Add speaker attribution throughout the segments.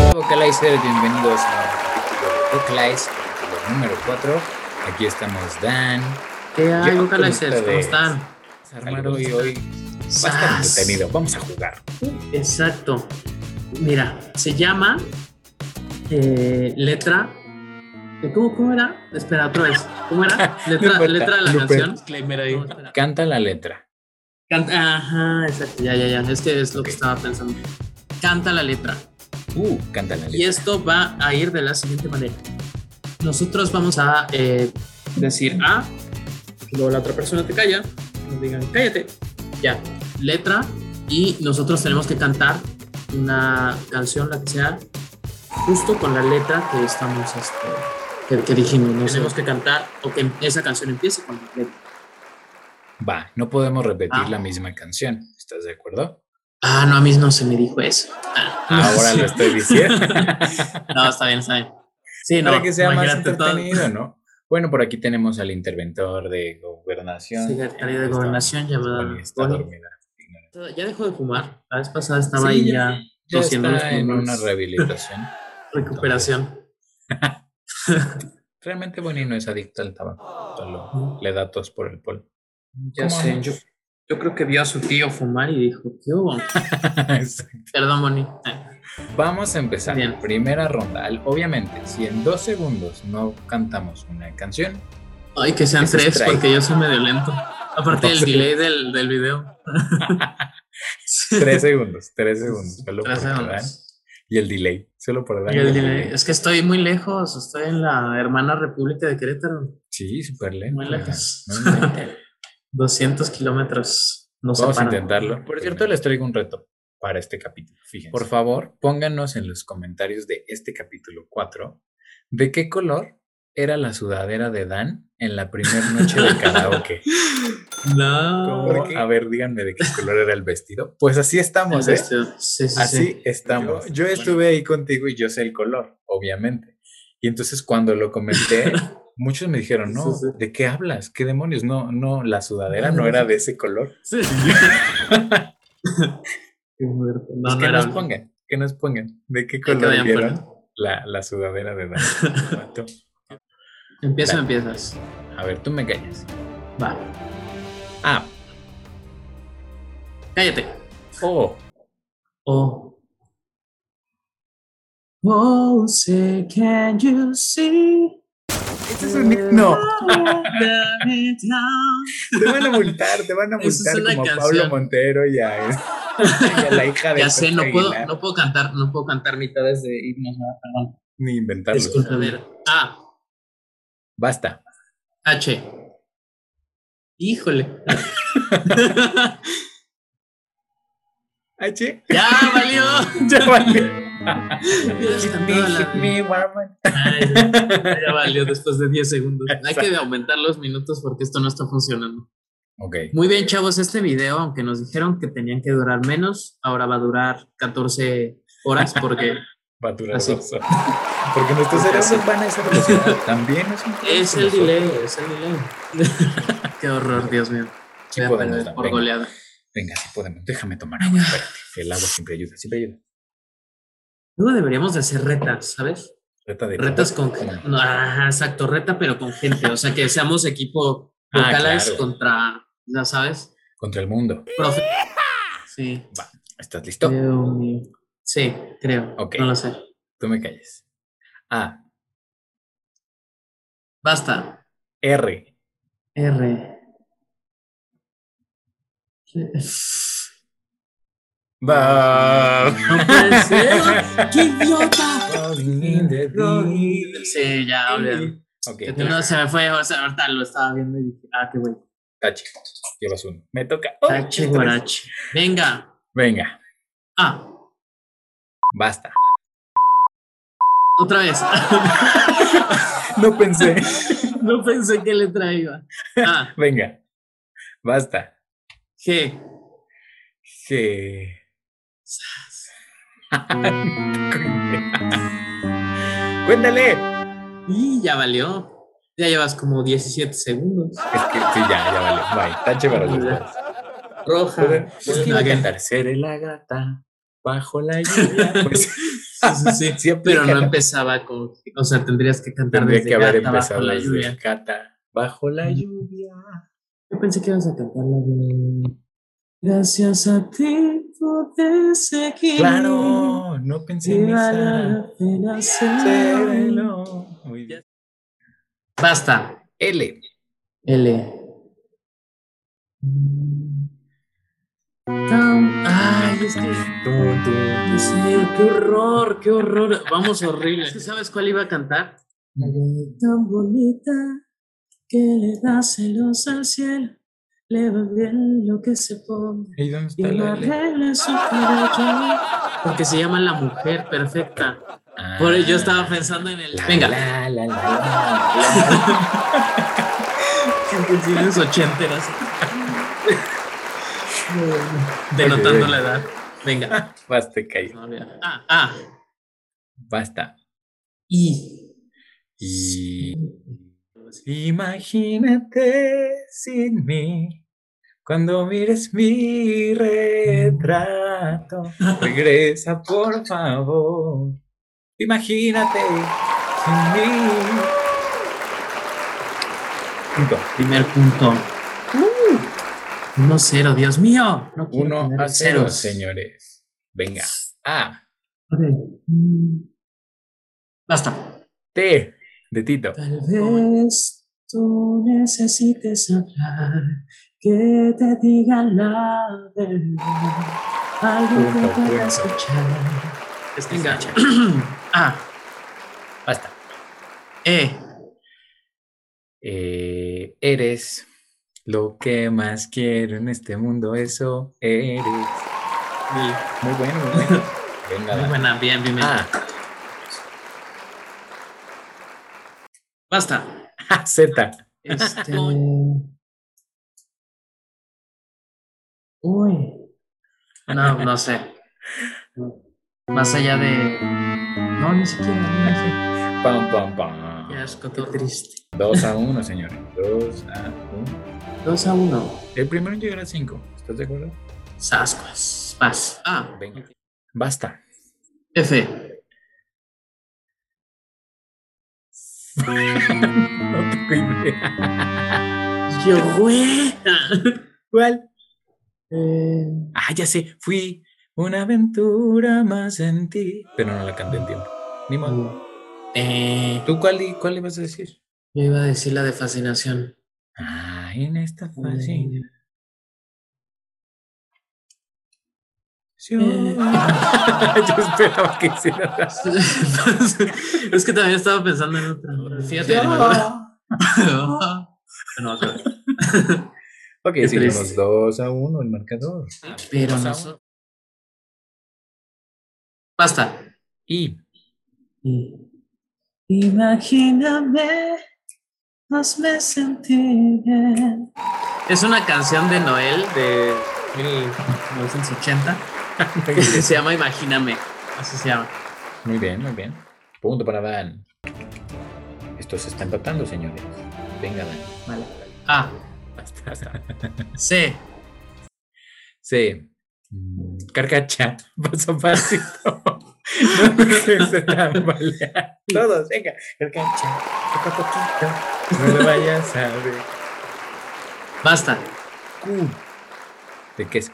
Speaker 1: Kaiser, bienvenidos a un capítulo de Lies, capítulo número 4. Aquí estamos Dan.
Speaker 2: ¿Qué hay,
Speaker 1: Yo,
Speaker 2: Vocalizers? ¿Cómo
Speaker 1: ustedes.
Speaker 2: están?
Speaker 1: Armado y hoy va a estar
Speaker 2: ¡Sas!
Speaker 1: entretenido. Vamos a jugar.
Speaker 2: Exacto. Mira, se llama eh, letra. eh, ¿Cómo, ¿Cómo era? Espera, otra vez. ¿Cómo era? Letra,
Speaker 1: importa,
Speaker 2: letra de la
Speaker 1: Lupe.
Speaker 2: canción. No,
Speaker 3: ahí.
Speaker 2: espera.
Speaker 1: Canta la letra.
Speaker 2: Canta, ajá, exacto. Ya, ya, ya. Es que es lo
Speaker 1: Ok.
Speaker 2: que estaba pensando. Canta la letra.
Speaker 1: Uh, canta la
Speaker 2: Y
Speaker 1: letra.
Speaker 2: esto va a ir de la siguiente manera. Nosotros vamos a eh, decir A, luego la otra persona te calla, nos digan cállate, ya, letra, y nosotros tenemos que cantar una canción, la que sea, justo con la letra que estamos, este, que, que dijimos. ¿no? Tenemos que cantar o que esa canción empiece con la letra.
Speaker 1: Va, no podemos repetir
Speaker 2: Ah.
Speaker 1: la misma canción. ¿Estás de acuerdo?
Speaker 2: Ah, no, a mí no se me dijo eso. Ah, no,
Speaker 1: Ahora
Speaker 2: sí.
Speaker 1: lo estoy diciendo.
Speaker 2: No, está bien, está bien. Sí, no,
Speaker 1: Para que sea más
Speaker 2: imagínate todo-
Speaker 1: entretenido, ¿no? Bueno, por aquí tenemos al interventor de gobernación.
Speaker 2: Secretaría de
Speaker 1: Está-
Speaker 2: Gobernación llamada
Speaker 1: Bonnie está
Speaker 2: Bonnie.
Speaker 1: dormida.
Speaker 2: Ya dejó de fumar. La vez pasada estaba
Speaker 1: Sí,
Speaker 2: ahí
Speaker 1: ya-
Speaker 2: ya,
Speaker 1: Ya
Speaker 2: Tosiendo los
Speaker 1: está en
Speaker 2: pulmones.
Speaker 1: una rehabilitación.
Speaker 2: recuperación.
Speaker 1: Realmente Bonnie no es adicta al tabaco, solo le da tos por el polvo.
Speaker 2: Ya
Speaker 1: ¿Cómo
Speaker 2: sé,
Speaker 1: no?
Speaker 2: yo, yo creo que vio a su tío fumar y dijo, ¿qué hubo? Perdón, Moni. Eh,
Speaker 1: Vamos a empezar.
Speaker 2: Bien.
Speaker 1: Primera ronda. Al- Obviamente, si en dos segundos no cantamos una canción,
Speaker 2: Ay, que sean
Speaker 1: Ese es
Speaker 2: tres,
Speaker 1: strike.
Speaker 2: porque yo soy medio lento. Aparte del delay del, del video.
Speaker 1: tres segundos, tres segundos, solo
Speaker 2: Tres
Speaker 1: por Dan
Speaker 2: segundos.
Speaker 1: y el delay, solo por dar
Speaker 2: Y el delay. Es que estoy muy lejos, estoy en la hermana República de Querétaro,
Speaker 1: Sí, súper lento.
Speaker 2: muy lejos.
Speaker 1: No inventes.
Speaker 2: 200 kilómetros. No
Speaker 1: Vamos a intentarlo. Por cierto, les traigo un reto para este capítulo. Fíjense. Por favor, pónganos en los comentarios de este capítulo 4 de qué color era la sudadera de Dan en la primera noche de karaoke.
Speaker 2: No.
Speaker 1: ¿Cómo? A ver, díganme de qué color era el vestido. Pues así estamos, ¿eh?
Speaker 2: este, Sí, sí, sí.
Speaker 1: Así estamos. Yo, estuve ahí contigo y yo sé el color, obviamente. Y entonces cuando lo comenté, muchos me dijeron, no,
Speaker 2: Sí, sí.
Speaker 1: ¿de qué hablas? ¿Qué demonios? No, no, la sudadera no era de ese color.
Speaker 2: Sí. Qué fuerte. No,
Speaker 1: Pues
Speaker 2: no
Speaker 1: que
Speaker 2: era-
Speaker 1: nos pongan, que nos pongan. ¿De qué
Speaker 2: Hay que
Speaker 1: color
Speaker 2: vayan
Speaker 1: vieron
Speaker 2: por-
Speaker 1: la, la sudadera de Dan? Vato.
Speaker 2: Empiezo,
Speaker 1: Dale.
Speaker 2: empiezas.
Speaker 1: A ver, tú me callas. Ah,
Speaker 2: Va.
Speaker 1: A,
Speaker 2: Cállate.
Speaker 1: O,
Speaker 2: Oh. Oh, say, can you see?
Speaker 1: Este es un- no. te van a multar, te van a
Speaker 2: Esa es
Speaker 1: multar
Speaker 2: una
Speaker 1: como a Pablo
Speaker 2: canción.
Speaker 1: Montero y a, y a la hija de
Speaker 2: Ya sé, no
Speaker 1: Jorge
Speaker 2: puedo,
Speaker 1: Aguilar.
Speaker 2: no puedo cantar, no puedo cantar mitades de himnos, ¿verdad? perdón.
Speaker 1: ni inventarlo.
Speaker 2: Disculpa, a ver. A,
Speaker 1: Basta.
Speaker 2: H. Híjole.
Speaker 1: H,
Speaker 2: ya valió.
Speaker 1: ya vale.
Speaker 2: Hubieras cantado la- Ay, ya valió después de 10 segundos. Hay que aumentar los minutos porque esto no está funcionando.
Speaker 1: Ok,
Speaker 2: Muy bien, chavos, este video, aunque nos dijeron que tenían que durar menos, ahora va a durar 14 horas porque
Speaker 1: va a durar
Speaker 2: Así.
Speaker 1: dos horas. Porque nuestros cerebros van a esa velocidad. También es un
Speaker 2: es el delay, es el delay. pues, Qué horror, Dios mío.
Speaker 1: Sí
Speaker 2: Voy a
Speaker 1: podemos,
Speaker 2: perder por
Speaker 1: venga.
Speaker 2: goleada.
Speaker 1: Venga, sí podemos. Déjame tomar agua. Espérate. El agua siempre ayuda, siempre ayuda.
Speaker 2: Luego deberíamos de hacer retas, ¿sabes?
Speaker 1: Reta de
Speaker 2: Retas con...
Speaker 1: ¿Cómo no?
Speaker 2: no, ajá, exacto, reta pero con gente. O sea, que seamos equipo
Speaker 1: Ah,
Speaker 2: locales
Speaker 1: claro.
Speaker 2: contra, ya sabes,
Speaker 1: Contra el mundo.
Speaker 2: profe. Sí.
Speaker 1: ¿Estás listo?
Speaker 2: Creo, mi- Sí, creo.
Speaker 1: Ok.
Speaker 2: No lo sé.
Speaker 1: Tú me calles. A,
Speaker 2: Basta.
Speaker 1: R,
Speaker 2: R.
Speaker 1: va.
Speaker 2: No puede ser. ¡Qué idiota! Sí, ya, olvídalo.
Speaker 1: Ok,
Speaker 2: Que te- no, se me fue, o sea, ahorita lo estaba viendo y dije, ah, qué güey.
Speaker 1: Tache. Llevas uno. Me toca. Oh,
Speaker 2: Tache,
Speaker 1: otra vez.
Speaker 2: guarache. Venga.
Speaker 1: Venga,
Speaker 2: Ah,
Speaker 1: basta.
Speaker 2: otra vez.
Speaker 1: No pensé.
Speaker 2: no pensé que le traía. Ah,
Speaker 1: Venga, basta.
Speaker 2: G.
Speaker 1: Sí. Cuéntale.
Speaker 2: Y ya valió. Ya llevas como 17 segundos.
Speaker 1: Es que sí, ya, ya vale. Bye. Tache para los dos.
Speaker 2: Roja.
Speaker 1: Es que iba a
Speaker 2: Ok.
Speaker 1: cantar. Seré la gata bajo la lluvia. Pues,
Speaker 2: Sí, sí, sí. pero no empezaba con. O sea, tendrías que cantar
Speaker 1: Tendría
Speaker 2: desde
Speaker 1: que haber
Speaker 2: Gata
Speaker 1: empezado
Speaker 2: bajo la
Speaker 1: desde
Speaker 2: lluvia.
Speaker 1: Cata. Bajo la
Speaker 2: Mm.
Speaker 1: lluvia.
Speaker 2: Yo pensé que ibas a cantar la de. Gracias a ti pude seguir.
Speaker 1: Claro, no pensé en
Speaker 2: y vale
Speaker 1: esa.
Speaker 2: la pena ser.
Speaker 1: Sévelo. Muy bien.
Speaker 2: Basta.
Speaker 1: L.
Speaker 2: L. Tan- Ay, es que.
Speaker 1: Tum, tum.
Speaker 2: No sé, qué horror, qué horror. Vamos, horrible. ¿Sabes cuál iba a cantar? La de tan bonita que le da celos al cielo. Le va bien lo que se pone.
Speaker 1: ¿Y dónde
Speaker 2: Y
Speaker 1: está
Speaker 2: la
Speaker 1: la L?
Speaker 2: regla es su derecho. Porque se llama la mujer perfecta.
Speaker 1: Ah.
Speaker 2: Por ello yo estaba pensando en el.
Speaker 1: La,
Speaker 2: Venga.
Speaker 1: la, la, la, la.
Speaker 2: Canciones ochenteras. Denotando la edad. Venga.
Speaker 1: Basta, Cayo.
Speaker 2: Ah, ah.
Speaker 1: Basta.
Speaker 2: Y.
Speaker 1: Y... Imagínate sin mí cuando mires mi retrato. Regresa, por favor. Imagínate sin mí. Punto.
Speaker 2: Primer punto. Uno cero, Dios mío. No quiero
Speaker 1: Uno
Speaker 2: tener
Speaker 1: a cero,
Speaker 2: ceros.
Speaker 1: señores. Venga. A,
Speaker 2: Ok. Mm. Basta.
Speaker 1: T, de Tito.
Speaker 2: Tal vez tú necesites hablar, que te digan la verdad. Algo
Speaker 1: Punto,
Speaker 2: que pueda
Speaker 1: punto.
Speaker 2: escuchar. Venga. A,
Speaker 1: Basta.
Speaker 2: E,
Speaker 1: Eh, eres lo que más quiero en este mundo, eso eres. Muy bueno, muy bueno. Venga,
Speaker 2: Muy
Speaker 1: va. Ah,
Speaker 2: buena, bien, bien, bien.
Speaker 1: A,
Speaker 2: Basta.
Speaker 1: ah, Z.
Speaker 2: Este. Uy. No, no sé. Más allá de. No, ni siquiera. no sé.
Speaker 1: Pam, pam, pam.
Speaker 2: Qué asco, qué triste.
Speaker 1: Dos a uno, señores. Dos a uno.
Speaker 2: 2 a 1.
Speaker 1: El primero en llegar a cinco. ¿Estás de acuerdo?
Speaker 2: Sascuas. Paz. Ah,
Speaker 1: Venga. Basta.
Speaker 2: F.
Speaker 1: No tengo idea.
Speaker 2: Yo, güey.
Speaker 1: ¿Cuál?
Speaker 2: Eh,
Speaker 1: Ah, ya sé. Fui una aventura más en ti. Pero no la canté en tiempo. Ni modo.
Speaker 2: eh,
Speaker 1: ¿Tú cuál, i- cuál ibas a decir?
Speaker 2: yo iba a decir la de fascinación.
Speaker 1: Ah, en esta
Speaker 2: Eh.
Speaker 1: fascinación. Yo esperaba que hicieras.
Speaker 2: es que también estaba pensando en otra. Fíjate, No, no, no.
Speaker 1: Ok,
Speaker 2: Qué
Speaker 1: seguimos
Speaker 2: triste.
Speaker 1: 2 a 1 el marcador.
Speaker 2: Pero
Speaker 1: Dos a
Speaker 2: nosotros.
Speaker 1: uno.
Speaker 2: Basta.
Speaker 1: Y
Speaker 2: Imagíname, hazme sentir bien. Es una canción de Noel de 1980 que se llama Imagíname. Así se llama.
Speaker 1: muy bien, muy bien. Punto para Dan. Esto se está empatando, señores. Venga, Dan.
Speaker 2: Vale. A,
Speaker 1: Basta, basta.
Speaker 2: C,
Speaker 1: Sí. Mm, Carcacha. Paso fácil. No me dejes tambalear. Todos, venga. Carcacha. Poco a poquito. No lo vayas a ver.
Speaker 2: basta.
Speaker 1: Q. ¿De qué es?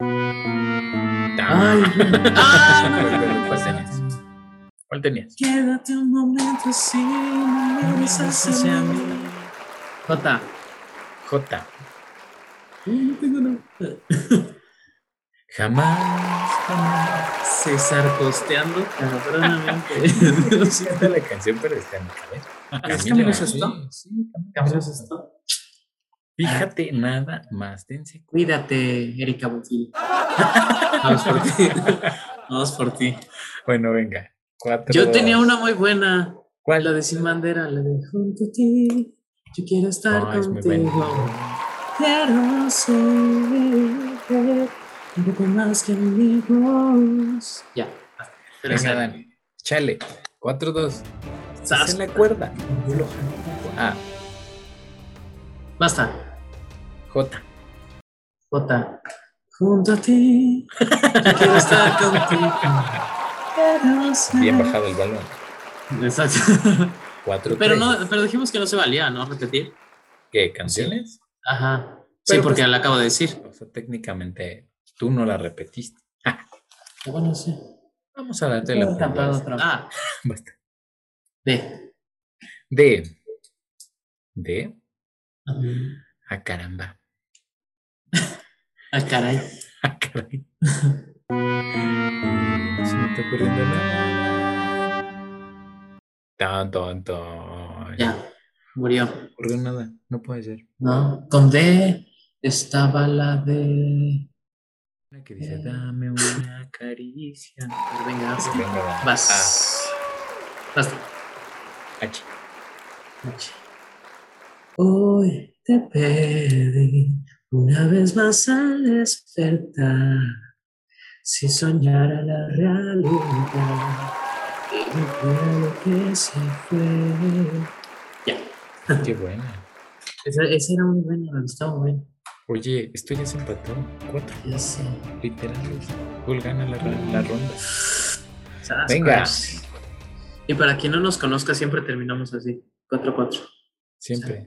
Speaker 2: Ay, Ah,
Speaker 1: ¿Cuál tenías?
Speaker 2: Quédate un momento si no mires hacia mí. Jota.
Speaker 1: J.
Speaker 2: No tengo nada.
Speaker 1: Jamás, jamás.
Speaker 2: César costeando
Speaker 1: Me
Speaker 2: cabronamente.
Speaker 1: encanta la canción, pero está en mi cabeza.
Speaker 2: ¿Es
Speaker 1: Camila,
Speaker 2: Camilo Sesto?
Speaker 1: Sí, sí, Camila Sesto.
Speaker 2: Ah.
Speaker 1: Fíjate nada más, dense cu-
Speaker 2: Cuídate, Erika Butil. Vamos por ti. Vamos por ti.
Speaker 1: Bueno, venga. Cuatro,
Speaker 2: Yo tenía
Speaker 1: dos.
Speaker 2: una muy buena.
Speaker 1: ¿Cuál?
Speaker 2: La de Sin Bandera, la de Junto a ti. Yo quiero estar
Speaker 1: No, es muy
Speaker 2: contigo.
Speaker 1: buena.
Speaker 2: Quiero ser un poco más que amigos. Ya. Pero
Speaker 1: Venga,
Speaker 2: esa-
Speaker 1: Dani. Chale. 4-2.
Speaker 2: Sas.
Speaker 1: Estás en la cuerda. Ah, A.
Speaker 2: Basta.
Speaker 1: J.
Speaker 2: J. Junto a ti, yo quiero estar contigo. pero sé-
Speaker 1: Bien bajado el balón.
Speaker 2: Exacto.
Speaker 1: Cuatro,
Speaker 2: Pero,
Speaker 1: tres.
Speaker 2: no, pero dijimos que no se valía, ¿no? Repetir.
Speaker 1: ¿Qué? ¿Canciones?
Speaker 2: Ajá. sí,
Speaker 1: Pero,
Speaker 2: porque
Speaker 1: pues-
Speaker 2: la acabo de decir.
Speaker 1: O sea, técnicamente tú no la repetiste.
Speaker 2: Ah, Bueno, sí.
Speaker 1: Vamos a darte la oportunidad.
Speaker 2: Ah,
Speaker 1: Basta.
Speaker 2: B.
Speaker 1: D. D. Ah, caramba.
Speaker 2: Ah, caray.
Speaker 1: Ah, caray. No se me está ocurriendo nada. Tan, tan, tan.
Speaker 2: Ya. Murió.
Speaker 1: Por nada, no puede ser.
Speaker 2: ¿No? Con D estaba la de.
Speaker 1: Una que dice,
Speaker 2: Eh.
Speaker 1: dame una caricia.
Speaker 2: Venga,
Speaker 1: Venga, va.
Speaker 2: vas. Vas.
Speaker 1: Ah, H.
Speaker 2: Hoy te pedí una vez más al despertar. Si soñara la realidad, y lo que se fue. Ya.
Speaker 1: Qué buena.
Speaker 2: Esa, esa era muy buena, estaba muy buena.
Speaker 1: Oye, esto ya se empató. Cuatro,
Speaker 2: Ya sé.
Speaker 1: literales. Gol gana la, ra- la ronda.
Speaker 2: Sas,
Speaker 1: Venga.
Speaker 2: pues. Y para quien no nos conozca, siempre terminamos así: 4-4.
Speaker 1: Siempre.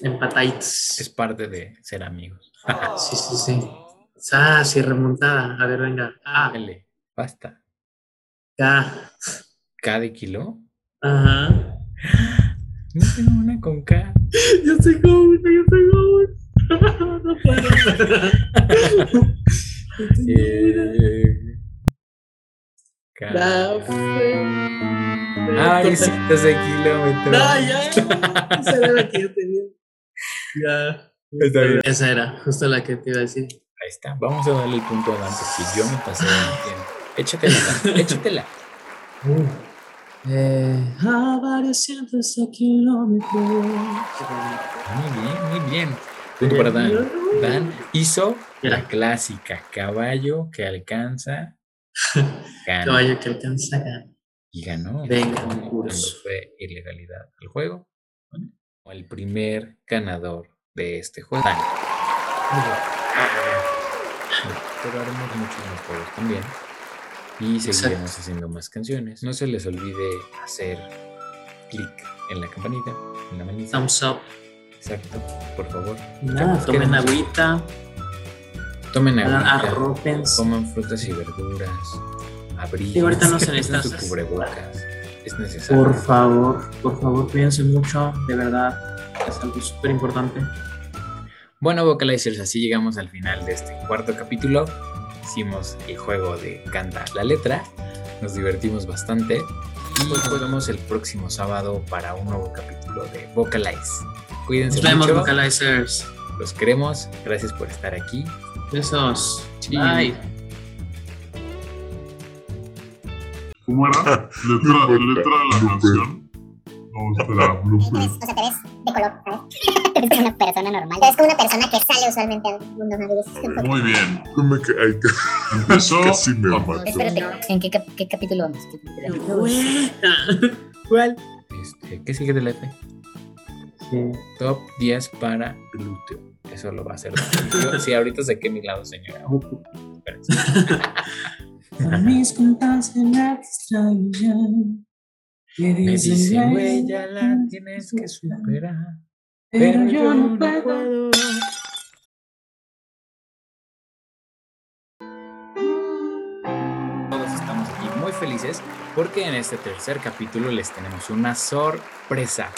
Speaker 2: Empataditos.
Speaker 1: Es parte de ser amigos.
Speaker 2: Sí, sí, sí. Sas y remontada. A ver, venga. A,
Speaker 1: Dale, basta.
Speaker 2: K.
Speaker 1: K de kilo.
Speaker 2: Ajá.
Speaker 1: No tengo una con K.
Speaker 2: Yo tengo una, yo tengo una. No puedo. Yo tengo una.
Speaker 1: Eh, K.
Speaker 2: La fe-
Speaker 1: Abrecitos de kilómetro.
Speaker 2: No, ya. Esa era la que yo tenía. Ya.
Speaker 1: Está bien.
Speaker 2: Esa era, justo la que te iba a decir.
Speaker 1: Ahí está. Vamos a darle el punto a Dante, que yo me pasé de mi tiempo. Échatela, Dante, échatela.
Speaker 2: Uh. Eh, a varios cientos de kilómetros.
Speaker 1: Muy bien, muy bien. Punto para Dan. Dan hizo la
Speaker 2: Mira.
Speaker 1: clásica, caballo que alcanza, gana.
Speaker 2: Caballo que alcanza acá.
Speaker 1: Y ganó.
Speaker 2: Venga,
Speaker 1: Cuando
Speaker 2: concurso.
Speaker 1: fue ilegalidad el juego. O el primer ganador de este juego. Dan. Pero haremos muchos más juegos también. Y seguiremos haciendo más canciones. No se les olvide hacer clic en la campanita, en la manita.
Speaker 2: Thumbs up.
Speaker 1: Exacto, por favor.
Speaker 2: Nada,
Speaker 1: Nos
Speaker 2: tomen
Speaker 1: quedamos.
Speaker 2: agüita,
Speaker 1: Tomen
Speaker 2: hagan
Speaker 1: agua.
Speaker 2: arropense.
Speaker 1: Coman frutas y verduras. Abríguense.
Speaker 2: Y ahorita no se
Speaker 1: usen
Speaker 2: necesita
Speaker 1: su
Speaker 2: hacer-
Speaker 1: cubrebocas. Es necesario.
Speaker 2: Por favor, por favor, cuídense mucho, de verdad. Es algo súper importante.
Speaker 1: Bueno, Vocalizers, así llegamos al final de este cuarto capítulo. Hicimos el juego de Canta la letra, nos divertimos bastante y nos vemos el próximo sábado para un nuevo capítulo de Vocalize. Cuídense
Speaker 2: Nos vemos,
Speaker 1: mucho,
Speaker 2: vocalizers.
Speaker 1: los queremos, gracias por estar aquí.
Speaker 2: Besos.
Speaker 1: Sí.
Speaker 2: Bye.
Speaker 3: ¿Cómo era? Letra, letra de la canción. No, espera,
Speaker 4: Eres,
Speaker 3: blooper.
Speaker 4: o sea, te ves de color, ¿sabes? Te ves como una persona normal. Te ves como una persona que sale usualmente al mundo, ¿no? Dices,
Speaker 3: Muy bien.
Speaker 5: Como que hay que
Speaker 3: Empezó.
Speaker 5: casi me
Speaker 3: Ah,
Speaker 5: mató.
Speaker 4: Espérate, ¿en qué, cap- qué capítulo vamos? ¿Qué capítulo vamos?
Speaker 1: ¿Cuál? Este, ¿Qué sigue del F?
Speaker 2: Sí.
Speaker 1: Top 10 para glúteo. Eso lo va a hacer. Yo, sí, ahorita saqué mi lado, señora. Espérense.
Speaker 2: Con mis compas en la distracción. Me
Speaker 1: Me dicen,
Speaker 2: güey,
Speaker 1: güey, ya la tienes que superar.
Speaker 2: pero yo no puedo.
Speaker 1: puedo. Todos estamos aquí muy felices porque en este tercer capítulo les tenemos una sorpresa.